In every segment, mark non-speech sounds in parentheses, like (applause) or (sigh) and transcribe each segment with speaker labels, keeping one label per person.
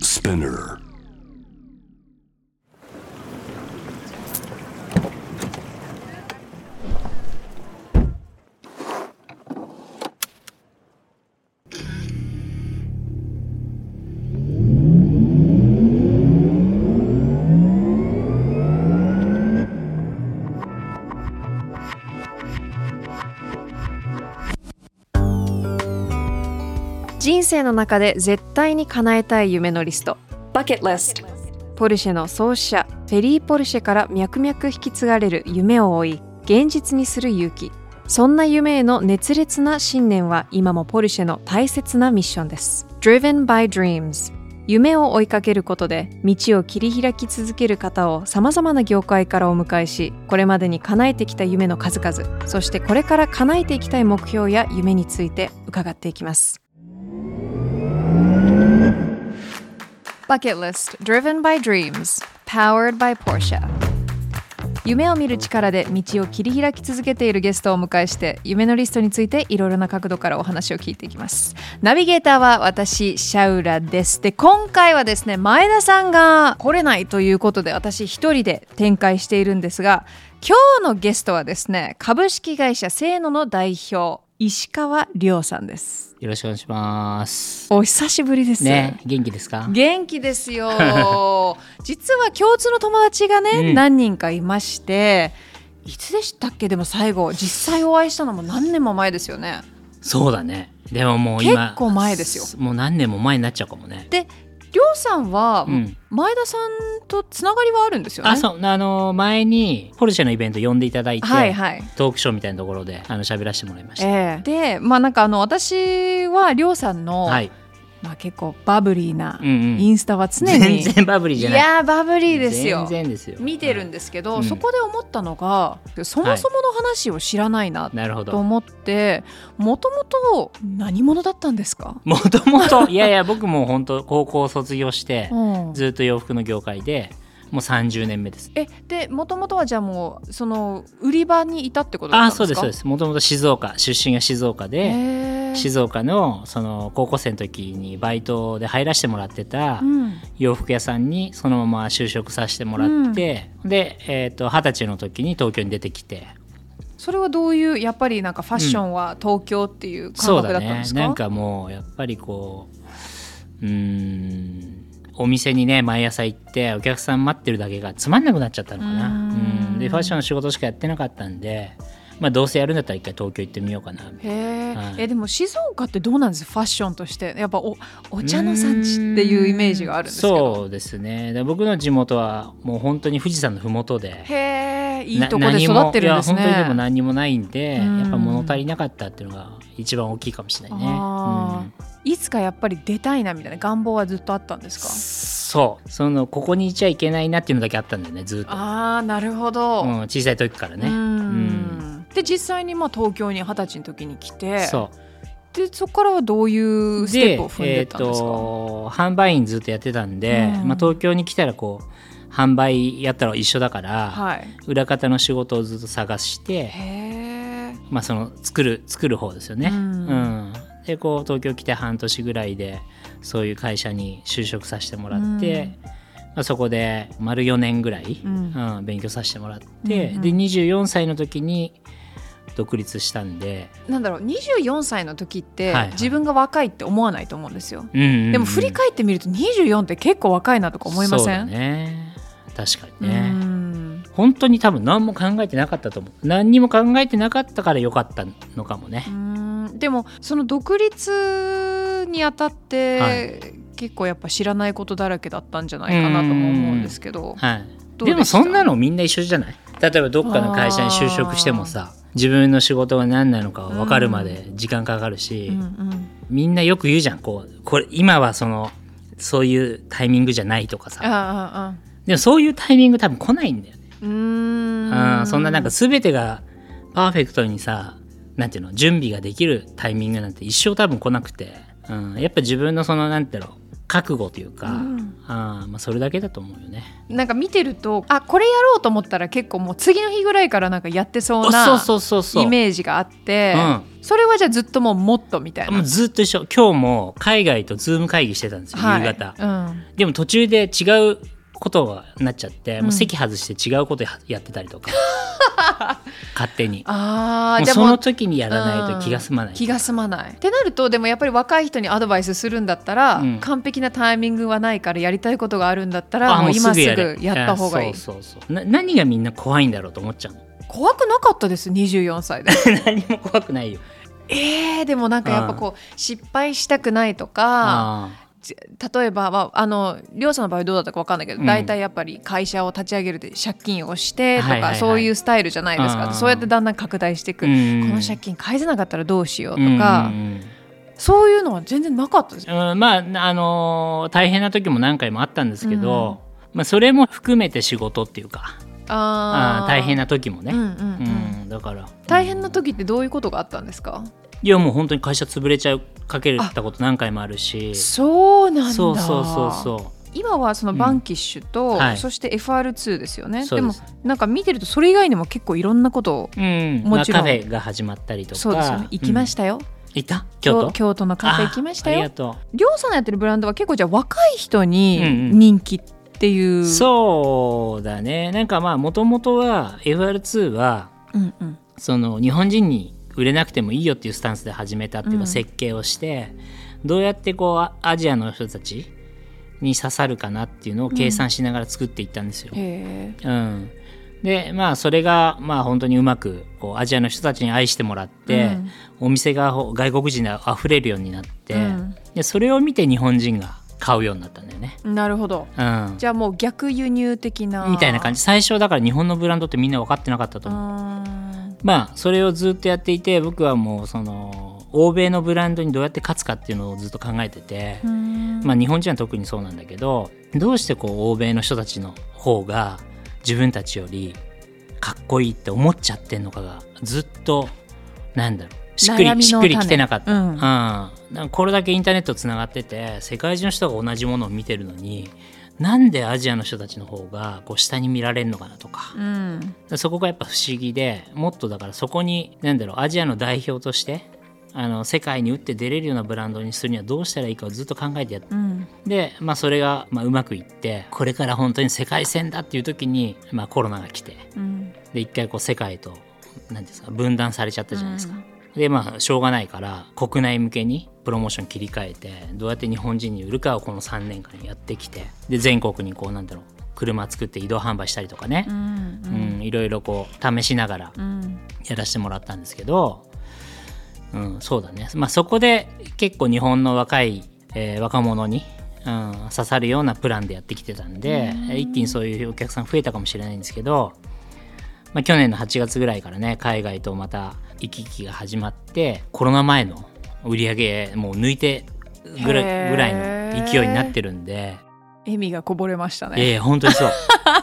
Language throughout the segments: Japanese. Speaker 1: Spinner.
Speaker 2: 人生の中で絶対に叶えたい夢のリスト
Speaker 3: Bucket List
Speaker 2: ポルシェの創始者フェリー・ポルシェから脈々引き継がれる夢を追い現実にする勇気そんな夢への熱烈な信念は今もポルシェの大切なミッションです Driven by Dreams 夢を追いかけることで道を切り開き続ける方をさまざまな業界からお迎えしこれまでに叶えてきた夢の数々そしてこれから叶えていきたい目標や夢について伺っていきます Bucket List Driven by Dreams Powered by Porsche 夢を見る力で道を切り開き続けているゲストをお迎えして夢のリストについていろいろな角度からお話を聞いていきますナビゲーターは私シャウラですで今回はですね前田さんが来れないということで私一人で展開しているんですが今日のゲストはですね株式会社せーのの代表石川亮さんです
Speaker 4: よろしくお願いします。
Speaker 2: お久しぶりです
Speaker 4: ね、元気ですか。
Speaker 2: 元気ですよ
Speaker 4: (laughs)
Speaker 2: 実は共通の友達がね、
Speaker 4: うん
Speaker 2: 何人かいましていつでしたっけでも最
Speaker 4: (laughs)
Speaker 2: 後実際お会いしたのも何年も前ですよね
Speaker 4: そうだね。でももう今
Speaker 2: 結構前ですよ。
Speaker 4: もう何年も前になっちゃうかもね。
Speaker 2: りょうさんは
Speaker 4: うん。
Speaker 2: 前田さんとつながりはあるんですよね、
Speaker 4: あ、そう、あの前にポルシェのイベント呼んでいただいて、
Speaker 2: はいはい
Speaker 4: トークショーみたいなところであの喋らせてもらいました。
Speaker 2: ええでまあなんかあの私はりょうさんの、
Speaker 4: はい。
Speaker 2: まあ、結構バブリーな
Speaker 4: うんうん。
Speaker 2: インスタは常に、
Speaker 4: 全然バブリー
Speaker 2: い
Speaker 4: じゃない。
Speaker 2: やーバブリーですよ
Speaker 4: 全然ですよ。
Speaker 2: 見てるん
Speaker 4: で。
Speaker 2: ですけど、
Speaker 4: うん
Speaker 2: そこで思ったのがそもそもの話を知らないな
Speaker 4: なるほ
Speaker 2: と
Speaker 4: ど。
Speaker 2: 思ってもともと何者だったんですか、
Speaker 4: もともといやいや僕も本当高校卒業して
Speaker 2: うん
Speaker 4: ずっと洋服の業界でもう30年目です。
Speaker 2: えでもともとはじゃあもうその売り場にいたってことだ
Speaker 4: あ、
Speaker 2: ったん
Speaker 4: そう
Speaker 2: です
Speaker 4: です
Speaker 2: か
Speaker 4: そうです。もともと静岡出身が静岡で。
Speaker 2: へー
Speaker 4: 静岡のその高校生の時にバイトで入らせてもらってた
Speaker 2: うん
Speaker 4: 洋服屋さんにそのまま就職させてもらって、でえーと二十、歳の時に東京に出てきて
Speaker 2: それはどういうやっぱりなんかファッションは東京っていう
Speaker 4: そ
Speaker 2: 感
Speaker 4: う
Speaker 2: 覚だ
Speaker 4: だ
Speaker 2: ったん
Speaker 4: ね
Speaker 2: ですか,、
Speaker 4: なんかもうやっぱりこううーんお店にね毎朝行ってお客さん待ってるだけがつまんなくなっちゃったのかな
Speaker 2: うーん
Speaker 4: うんでファッションの仕事しかやってなかったんで、まあ、どうせやるんだったら一回東京行ってみようかなみたいな
Speaker 2: へえ、
Speaker 4: はい
Speaker 2: えでも静岡ってどうなんですファッションとしてやっぱおお茶の産地っていうイメージがあるんですけど
Speaker 4: そうですねで僕の地元はもう本当に富士山の麓で
Speaker 2: へえいい
Speaker 4: な
Speaker 2: とこで
Speaker 4: 何
Speaker 2: 育
Speaker 4: も
Speaker 2: ってるんですね
Speaker 4: いや本当にでも何にもないんで
Speaker 2: うん
Speaker 4: やっぱ物足りなかったっていうのが一番大きいかもしれないね、
Speaker 2: あ
Speaker 4: うん
Speaker 2: いつかやっぱり出たいなみたいな願望はずっとあったんですか
Speaker 4: そうそのここにいちゃいけないなっていうのだけあったんだよねずっと、
Speaker 2: あーなるほど、
Speaker 4: うん、小さい時から
Speaker 2: う
Speaker 4: ね、
Speaker 2: んで実際にまあ東京に二十歳の時に来て
Speaker 4: そ
Speaker 2: でそこからはどういう
Speaker 4: う
Speaker 2: ステッ
Speaker 4: で
Speaker 2: プを踏ん
Speaker 4: え
Speaker 2: で
Speaker 4: っ、
Speaker 2: ったんですか、
Speaker 4: と販売員ずっとやってたんで、
Speaker 2: うん
Speaker 4: まあ、東京に来たらこう販売やったら一緒だから、
Speaker 2: はい、
Speaker 4: 裏方の仕事をずっと探して、
Speaker 2: へえ
Speaker 4: まあ、その作る作る方ですよね。
Speaker 2: う
Speaker 4: うんんでこう東京来て半年ぐらいでそういう会社に就職させてもらって、まあ、そこで丸4年ぐらい、
Speaker 2: う
Speaker 4: うんん勉強させてもらって、
Speaker 2: うんうん
Speaker 4: で24歳の時に独立したんで、
Speaker 2: なんだろう24歳の時って
Speaker 4: はいはい
Speaker 2: 自分が若いって思わないと思うんですよ、
Speaker 4: うんうんうん
Speaker 2: でも振り返ってみると24って結構若いなとか思いません
Speaker 4: そうだね確か
Speaker 2: う
Speaker 4: にね、
Speaker 2: ん
Speaker 4: 本当に多分何も考えてなかったと思う何にも考えてなかったから良かったのかもね
Speaker 2: う、んでもその独立にあたって、
Speaker 4: は
Speaker 2: 結構やっぱ知らないことだらけだったんじゃないかなとも思うんですけど
Speaker 4: はい
Speaker 2: どう
Speaker 4: でもそんな
Speaker 2: の
Speaker 4: のみんな一緒じゃない例えばどっかの会社に就職してもさ自分の仕事が何なのか分かるまで時間かかるし、みんなよく言うじゃんこうこれ今はそのそういうタイミングじゃないとかさ
Speaker 2: あああ
Speaker 4: でもそういうタイミング多分来ないんだよね、
Speaker 2: うー
Speaker 4: うん、そんななんか全てがパーフェクトにさなんていうの準備ができるタイミングなんて一生多分来なくて、うん、やっぱ自分のそのなんていうの覚悟というか、
Speaker 2: うん
Speaker 4: あーまあ、それだけだと思うよね。
Speaker 2: なんか見てるとあこれやろうと思ったら結構もう次の日ぐらいからなんかやってそうな
Speaker 4: そうそうそうそう
Speaker 2: イメージがあって
Speaker 4: うん
Speaker 2: それはじゃあずっともうもっとみたいな。
Speaker 4: もうずっと一緒今日も海外とズーム会議してたんですよ、
Speaker 2: はい
Speaker 4: 夕方
Speaker 2: うん
Speaker 4: でも途中で違うことになっちゃって、もううん席外して違うことやってたり
Speaker 2: (laughs)
Speaker 4: とか勝手に
Speaker 2: あ
Speaker 4: も
Speaker 2: あ
Speaker 4: う
Speaker 2: じゃあ
Speaker 4: そ
Speaker 2: も
Speaker 4: の
Speaker 2: う
Speaker 4: 時にやらないと気が済まない、
Speaker 2: 気が済まない。ってなるとでもやっぱり若い人にアドバイスするんだったら、
Speaker 4: うん
Speaker 2: 完璧なタイミングはないからやりたいことがあるんだった
Speaker 4: あ
Speaker 2: らもう今すぐやった方がいい。
Speaker 4: そうそうそうな何がみんな怖いんだろうと思っちゃうの
Speaker 2: (laughs) 怖くなかったです24歳で。
Speaker 4: 何も怖くないよ
Speaker 2: えー、でもなんかやっぱこう失敗したくないとか。
Speaker 4: あ
Speaker 2: じ例えば、まあ、あの両者の場合どうだったか分かんないけど、
Speaker 4: うん
Speaker 2: 大体やっぱり会社を立ち上げるで借金をしてとか、
Speaker 4: はいはいはい
Speaker 2: そういうスタイルじゃないです
Speaker 4: あ
Speaker 2: か
Speaker 4: ー
Speaker 2: そうやってだんだん拡大していく、
Speaker 4: ーうん
Speaker 2: この借金返せなかったらどうしようと
Speaker 4: うん
Speaker 2: か、
Speaker 4: うん
Speaker 2: そういうのは全然なかったです
Speaker 4: うんうんまああのー大変な時も何回もあったんですけど、まあ、それも含めて仕事っていうかあ
Speaker 2: あ
Speaker 4: ー
Speaker 2: ー
Speaker 4: 大変な時もね、
Speaker 2: うんうん
Speaker 4: う
Speaker 2: うんん
Speaker 4: だから
Speaker 2: 大変な時ってどういうことがあったんですか
Speaker 4: いやもう本当に会社潰れちゃうかけたこと何回もあるし
Speaker 2: そうなんだ
Speaker 4: そうそうそうそ
Speaker 2: 今はそのバンキッシュと、
Speaker 4: うんはい
Speaker 2: そして FR2 ですよね
Speaker 4: そう
Speaker 2: で
Speaker 4: で
Speaker 2: も
Speaker 4: す
Speaker 2: なんか見てるとそれ以外にも結構いろんなことを
Speaker 4: う、うん
Speaker 2: もちろん
Speaker 4: まあ、カフェが始まったりとか
Speaker 2: そうですよね行きましたよ、
Speaker 4: た、うん行った京都
Speaker 2: 京都のカフェ行きました
Speaker 4: ああ
Speaker 2: よ
Speaker 4: りがと
Speaker 2: りょうさんのやってるブランドは結構じゃあ若い人に
Speaker 4: うんうん
Speaker 2: 人気っていうう、
Speaker 4: そうだねなんかまあもともとは FR2 は
Speaker 2: うんうん
Speaker 4: その日本人に売れなくてもいいよっていうスタンスで始めたっていう
Speaker 2: う
Speaker 4: か
Speaker 2: ん
Speaker 4: 設計をして、どうやってこうあアジアの人たちに刺さるかなっていうのを計算しながら作っていったんですよ。
Speaker 2: へえ
Speaker 4: うん、でまあそれがまあ本当にうまくこうアジアの人たちに愛してもらって、
Speaker 2: うん
Speaker 4: お店がほ外国人で溢れるようになって、
Speaker 2: うん
Speaker 4: でそれを見て日本人が買うようになったんだよね。
Speaker 2: なるほど
Speaker 4: うん
Speaker 2: じゃあもう逆輸入的な
Speaker 4: みたいな感
Speaker 2: じ
Speaker 4: じ最初だから日本のブランドってみんな分かってなかったと思う、まあそれをずっとやっていて僕はもうその欧米のブランドにどうやって勝つかっていうのをずっと考えてて、まあ、日本人は特にそうなんだけどどうしてこう欧米の人たちの方が自分たちよりかっこいいって思っちゃってんのかがずっとなんだろうしっ
Speaker 2: 悩
Speaker 4: く
Speaker 2: み
Speaker 4: り
Speaker 2: の
Speaker 4: しっくりきてなかった、
Speaker 2: 種うん
Speaker 4: うんなんかこれだけインターネットつながってて世界中の人が同じものを見てるのになんでアジアの人たちの方がこう下に見られるのかなとか、
Speaker 2: うん
Speaker 4: そこがやっぱ不思議でもっとだからそこに何だろうアジアの代表としてあの世界に打って出れるようなブランドにするにはどうしたらいいかをずっと考えてやっ
Speaker 2: うん
Speaker 4: で、まあ、それが、まあ、うまくいってこれから本当に世界戦だっていう時に、まあ、コロナが来て
Speaker 2: うん
Speaker 4: で一回こう世界と何ですか分断されちゃったじゃないですか。でまあしょうがないから国内向けにプロモーション切り替えてどうやって日本人に売るかをこの3年間やってきてで全国にこうなんだろう車作って移動販売したりとかね
Speaker 2: う、ん
Speaker 4: うんいろいろこう試しながら
Speaker 2: うん
Speaker 4: やらせてもらったんですけど、うん、そうだね、まあ、そこで結構日本の若い、えー若者に、うん、刺さるようなプランでやってきてたんで一気にそういうお客さん増えたかもしれないんですけど、まあ、去年の8月ぐらいからね海外とまた行き来が始まってコロナ前の売り上げもう抜いてぐら
Speaker 2: へ
Speaker 4: い
Speaker 2: ー
Speaker 4: ぐらいの勢いになってるんで。
Speaker 2: 笑みがこぼれましたね
Speaker 4: ええ本当
Speaker 2: (laughs)
Speaker 4: にそう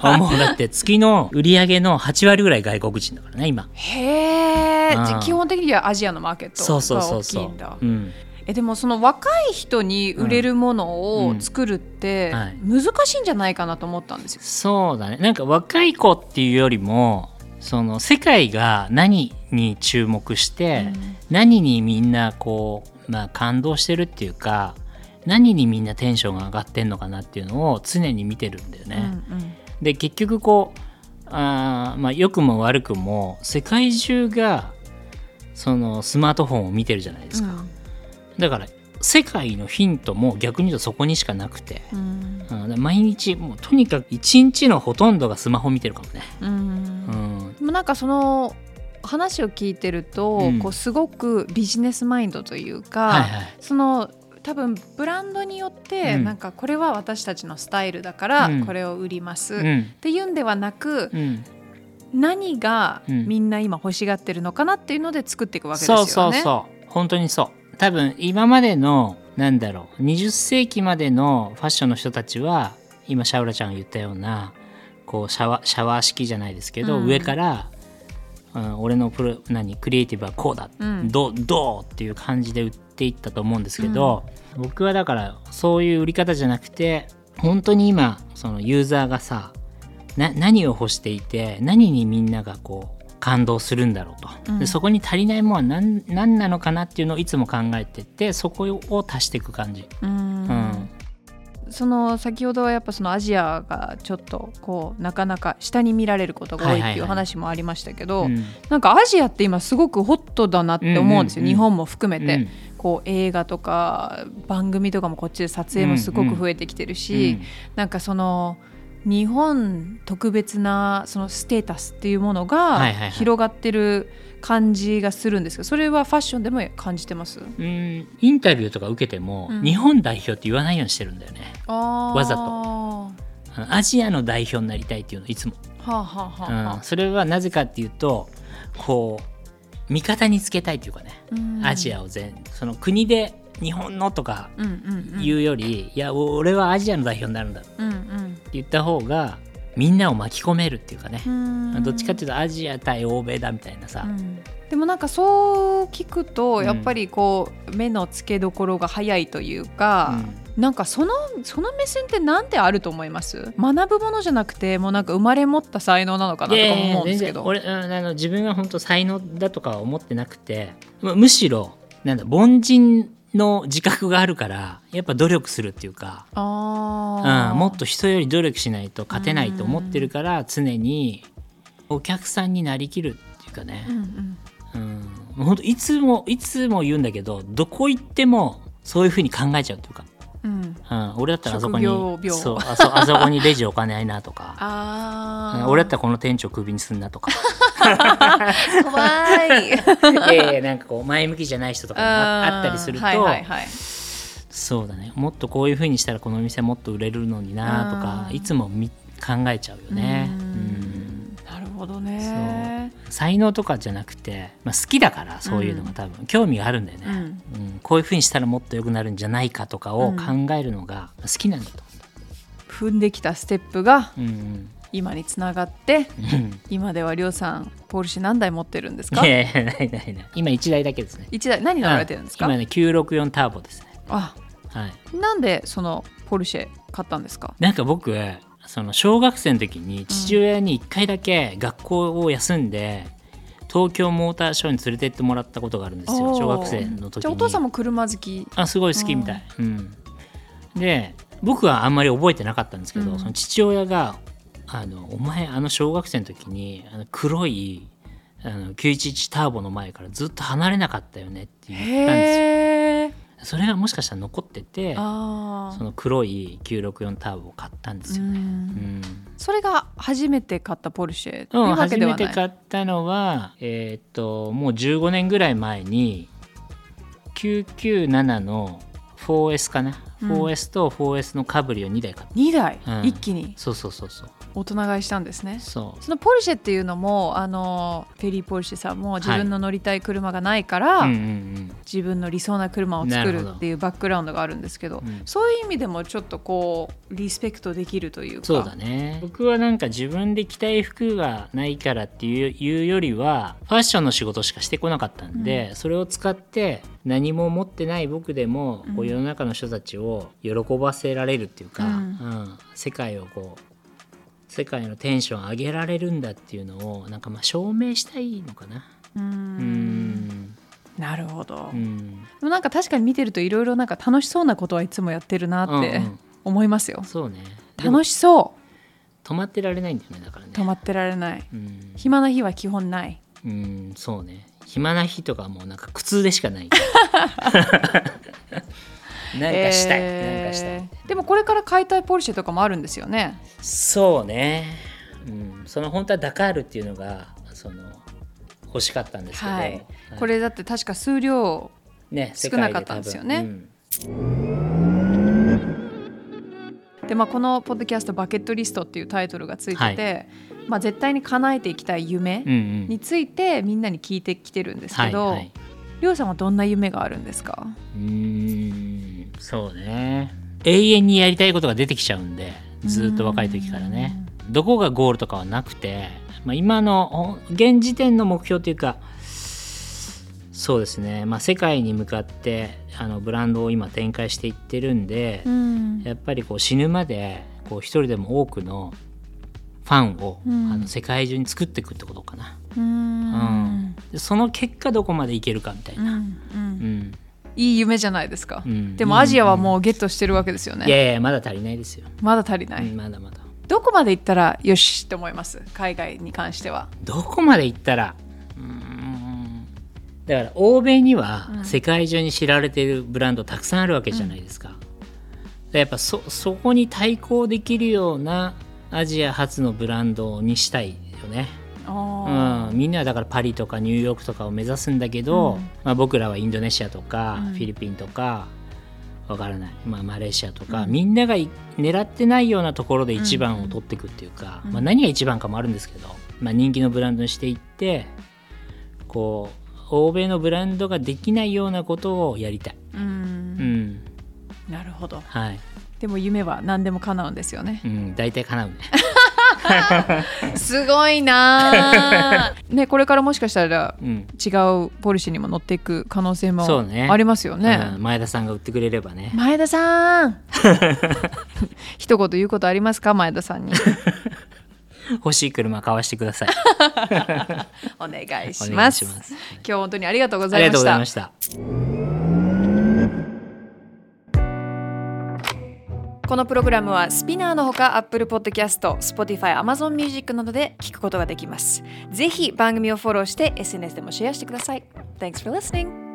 Speaker 4: あもうだって月の売り上げの8割ぐらい外国人だからね今
Speaker 2: へえ
Speaker 4: うん
Speaker 2: 基本的にはアジアのマーケット
Speaker 4: そうそう
Speaker 2: が
Speaker 4: そう
Speaker 2: 大き
Speaker 4: そ、
Speaker 2: いうんだ
Speaker 4: うん、
Speaker 2: えでもその若い人に売れるものを作るって
Speaker 4: うんはい
Speaker 2: 難しいんじゃないかなと思ったんですよ。
Speaker 4: そうだねなんか若い子っていうよりもその世界が何に注目して、何にみんなこう、まあ、感動してるっていうか何にみんなテンションが上がってんのかなっていうのを常に見てるんだよ
Speaker 2: うん
Speaker 4: ね。で結局こうあー、まあ、良くも悪くも世界中がそのスマートフォンを見てるじゃないですか。だから世界のヒントも逆に言うとそこにしかなくて。
Speaker 2: うんうん
Speaker 4: うん、だから毎日もうとにかく一日のほとんどがスマホ見てるかもね、
Speaker 2: うんうん
Speaker 4: うん、
Speaker 2: でもなんかその話を聞いてると、
Speaker 4: うん
Speaker 2: こうすごくビジネスマインドというか、
Speaker 4: はいはい
Speaker 2: その多分ブランドによって、
Speaker 4: うん
Speaker 2: なんかこれは私たちのスタイルだから、
Speaker 4: うん
Speaker 2: これを売ります、
Speaker 4: う
Speaker 2: っ
Speaker 4: ん
Speaker 2: ていうんではなく
Speaker 4: うん、
Speaker 2: 何が
Speaker 4: うん
Speaker 2: みんな今欲しがってるのかなっていうので作っていくわけですよね。
Speaker 4: そうそうそう本当にそう多分今までのなんだろう20世紀までのファッションの人たちは今シャウラちゃんが言ったようなこうシャワシャワー式じゃないですけど、
Speaker 2: うん
Speaker 4: 上から、うん、俺のプロ何クリエイティブはこうだ、
Speaker 2: うん
Speaker 4: どうどうっていう感じで売っっていったと思うんですけど、僕はだからそういう売り方じゃなくて本当に今そのユーザーがさな何を欲していて何にみんながこう感動するんだろうと、
Speaker 2: うん
Speaker 4: でそこに足りないものは何何なのかなっていうのをいつも考えてってそこを足していく感じ。
Speaker 2: う
Speaker 4: うんん
Speaker 2: その先ほどはやっぱそのアジアがちょっとこうなかなか下に見られることが多いって
Speaker 4: はい
Speaker 2: いう
Speaker 4: はいはい
Speaker 2: 話もありましたけど、
Speaker 4: うん
Speaker 2: なんかアジアって今すごくホットだなって思うんですよ、
Speaker 4: うんうんうん
Speaker 2: 日本も含めて、
Speaker 4: うん
Speaker 2: こう映画とか番組とかもこっちで撮影もすごく増えてきてるし、なんかその日本特別なそのステータスっていうもの
Speaker 4: は
Speaker 2: が
Speaker 4: いはいはい
Speaker 2: 広がってる感じがするんですけどそれはファッションでも感じてます
Speaker 4: うんうんインタビューとか受けても、
Speaker 2: うん
Speaker 4: 日本代表って言わないようにしてるんだよね
Speaker 2: わ
Speaker 4: わざとあのアジアの代表になりたいっていうのいつも、
Speaker 2: はあはあはあ
Speaker 4: うん、
Speaker 2: は
Speaker 4: それはなぜかっていうとこう味方につけたいっていうかね、
Speaker 2: あ、うん
Speaker 4: アジアを全その国で日本のとか
Speaker 2: うんうんうん
Speaker 4: 言うより、いや俺はアジアの代表になるんだって
Speaker 2: うんうん
Speaker 4: 言った方がみんなを巻き込めるっていうかね、
Speaker 2: うん
Speaker 4: どっちかっていうとアジア対欧米だみたいなさ、
Speaker 2: うんでもなんかそう聞くと
Speaker 4: ん
Speaker 2: やっぱりこう目の付けどころが早いというか、なんかそのその目線ってなんてあると思います学ぶものじゃなくてもうなんか生まれ持った才能なのかなとかも思うんですけど。
Speaker 4: 俺うんあの自分は本当才能だとかは思ってなくてむむしろなんだ凡人の自覚があるからやっぱ努力するっていうか、
Speaker 2: あー
Speaker 4: うん、もっと人より努力しないと勝てないと思ってるから常にお客さんになりきるっていうかね、
Speaker 2: うんうん
Speaker 4: うん、本当いつもいつも言うんだけどどこ行ってもそういうふうに考えちゃうというか、
Speaker 2: うん、
Speaker 4: うん、俺だったらあそこに
Speaker 2: 職業病
Speaker 4: そうあそあそこにレジ置かないなとか、う
Speaker 2: (laughs) あ
Speaker 4: ん
Speaker 2: ー
Speaker 4: 俺だったらこの店長クビにすんなとか
Speaker 2: 怖 (laughs)
Speaker 4: (laughs)
Speaker 2: い
Speaker 4: いやいやなんかこう前向きじゃない人とかもああったりすると、
Speaker 2: はいはいはい、
Speaker 4: そうだねもっとこういうふうにしたらこのお店もっと売れるのになとか
Speaker 2: うん
Speaker 4: いつもみ考えちゃうよね。
Speaker 2: う
Speaker 4: うん
Speaker 2: んなるほどね
Speaker 4: 才能とかじゃなくて、まあ、好きだからそういうのが多分、興味があるんだよね、
Speaker 2: うん
Speaker 4: うん、こういうふうにしたらもっと良くなるんじゃないかとかを考えるのが好きなんだと。
Speaker 2: 踏んできたステップが
Speaker 4: うん
Speaker 2: 今につながって
Speaker 4: うん
Speaker 2: 今ではりょうさんポールシェ何台持ってるんですか
Speaker 4: いやいやないないない今1台だけですね。
Speaker 2: 一台何乗られてるんですか、
Speaker 4: うん今ね964ターボですね。
Speaker 2: あ
Speaker 4: はい、
Speaker 2: なんでそのポルシェ買ったんですか
Speaker 4: なんか僕その小学生の時に父親に1回だけ学校を休んで、東京モーターショーに連れてってもらったことがあるんですよ
Speaker 2: おー
Speaker 4: 小学生の時に。
Speaker 2: じゃあお父さんも車好き
Speaker 4: あすごい好きみたい、うんで僕はあんまり覚えてなかったんですけど、
Speaker 2: うん
Speaker 4: その父親があの「お前あの小学生の時にあの黒いあの911ターボの前からずっと離れなかったよね」って言ったんですよ
Speaker 2: へえ
Speaker 4: それがもしかしたら残ってて
Speaker 2: あ
Speaker 4: そ
Speaker 2: あ
Speaker 4: の黒い964ターボを買ったんですよね、うん
Speaker 2: それが初めて買ったポルシェという
Speaker 4: うん、
Speaker 2: わ
Speaker 4: 初
Speaker 2: けで
Speaker 4: め
Speaker 2: は
Speaker 4: て
Speaker 2: ない、
Speaker 4: 買ったのはえーっともう15年ぐらい前に997の 4S かな、
Speaker 2: うん
Speaker 4: 4S と 4S のカブリを2台買った
Speaker 2: 2台、
Speaker 4: うん
Speaker 2: 一気に
Speaker 4: そうそうそうそう
Speaker 2: 大人買いしたんですね
Speaker 4: そう
Speaker 2: そのポルシェっていうのもあのフェリー・ポルシェさんも自分の乗りたい車がないから、
Speaker 4: うんうん
Speaker 2: 自分の理想な車を作
Speaker 4: なる
Speaker 2: る
Speaker 4: ほど
Speaker 2: っていうバックグラウンドがあるんですけど
Speaker 4: うん
Speaker 2: そういう意味でもちょっとこうリスペクトできるというか
Speaker 4: そうだね僕はなんか自分で着たい服がないからっていういうよりはファッションの仕事しかしてこなかったんで、それを使って何も持ってない僕でも、
Speaker 2: うん
Speaker 4: こう世の中の人たちを喜ばせられるっていうか、
Speaker 2: う
Speaker 4: うんん世界をこう世界のテンション上げられるんだっていうのをなんかまあ証明したいのかな。
Speaker 2: うー
Speaker 4: うんん
Speaker 2: なるほど、
Speaker 4: う
Speaker 2: で
Speaker 4: ん
Speaker 2: もなんか確かに見てるといろいろなんか楽しそうなことはいつもやってるなって
Speaker 4: うんうん
Speaker 2: 思いますよ、
Speaker 4: そうね
Speaker 2: 楽しそ
Speaker 4: 止まってられないんだよねだからね
Speaker 2: う止まってられない
Speaker 4: うん
Speaker 2: 暇な日は基本ない
Speaker 4: うんそうね暇な日とかもうなんか苦痛でし
Speaker 2: (laughs)
Speaker 4: かないなんかしたい、
Speaker 2: えー
Speaker 4: なんかしたい
Speaker 2: でもこれから解体ポルシェとかもあるんですよね
Speaker 4: そうね、うん、その本当はダカールっていうのがその欲しかったんですけど、
Speaker 2: はい
Speaker 4: はい
Speaker 2: これだって確か数量
Speaker 4: ね
Speaker 2: 少
Speaker 4: 世界
Speaker 2: なかったんですよね
Speaker 4: 多分うん
Speaker 2: で、まあ、このポッドキャスト「バケットリスト」っていうタイトルがついてて、まあ、絶対に叶えていきたい夢
Speaker 4: うんうん
Speaker 2: についてみんなに聞いてきてるんですけど、
Speaker 4: はいはい、
Speaker 2: りょうさんはどんな夢があるんですか
Speaker 4: うーんそうね永遠にやりたいことが出てきちゃうんでずっと若い時からねどこがゴールとかはなくて、まあ、今のお現時点の目標というかそうですね、まあ、世界に向かってあのブランドを今展開していってるんで、
Speaker 2: うん
Speaker 4: やっぱりこう死ぬまでこう一人でも多くのファンを、
Speaker 2: うん
Speaker 4: あの世界中に作っていくってことかな、
Speaker 2: う
Speaker 4: うん
Speaker 2: ん
Speaker 4: でその結果どこまでいけるかみたいな、
Speaker 2: うん
Speaker 4: うん
Speaker 2: いい夢じゃないですか、
Speaker 4: うん
Speaker 2: でもアジアはもうゲットしてるわけですよ
Speaker 4: い
Speaker 2: ね、
Speaker 4: やいやまだ足りないですよ、
Speaker 2: まだ足りない、
Speaker 4: うんまだまだ
Speaker 2: どこまで行ったらよしって思います海外に関しては
Speaker 4: どこまで行ったらうーんだから欧米には世界中に知られているブランドたくさんあるわけじゃないですか、でやっぱそそこに対抗できるようなアジア初のブランドにしたいよね、
Speaker 2: あ
Speaker 4: うん、みんなはだからパリとかニューヨークとかを目指すんだけど、
Speaker 2: うん
Speaker 4: まあ、僕らはインドネシアとか
Speaker 2: うん
Speaker 4: フィリピンとかわからない、まあ、マレーシアとか、
Speaker 2: うん
Speaker 4: みんながい狙ってないようなところで一番を取っていくっていうか、
Speaker 2: うん
Speaker 4: まあ、何が一番かもあるんですけど、まあ、人気のブランドにしていってこう欧米のブランドができないようなことをやりたい。
Speaker 2: ーうん
Speaker 4: うん
Speaker 2: なるほど
Speaker 4: はい
Speaker 2: でも夢は何でも叶うんですよね
Speaker 4: うん、大体叶うね
Speaker 2: (laughs) すごいな
Speaker 4: (laughs)
Speaker 2: あねこれからもしかしたら
Speaker 4: うん
Speaker 2: 違うポリシーにも乗っていく可能性も
Speaker 4: そうね
Speaker 2: ありますよ (laughs) ね
Speaker 4: うん前田さんが売ってくれればね
Speaker 2: 前田さ
Speaker 4: (laughs)
Speaker 2: ん一言言うことありますか前田さん
Speaker 4: (laughs)
Speaker 2: に
Speaker 4: 欲しい車買わしてください
Speaker 2: お願い (laughs)
Speaker 4: お
Speaker 2: し
Speaker 4: 願
Speaker 2: ま
Speaker 4: い
Speaker 2: す
Speaker 4: します
Speaker 2: 今日本当にありがとうご
Speaker 4: あ
Speaker 2: ざい
Speaker 4: りが
Speaker 2: ま
Speaker 4: とう
Speaker 2: し
Speaker 4: ござ
Speaker 2: た
Speaker 4: いました
Speaker 2: このプログラムはスピナーのほか Apple Podcast、Spotify、Amazon Music などで聞くことができます。ぜひ番組をフォローして SNS でもシェアしてください。Thanks for listening!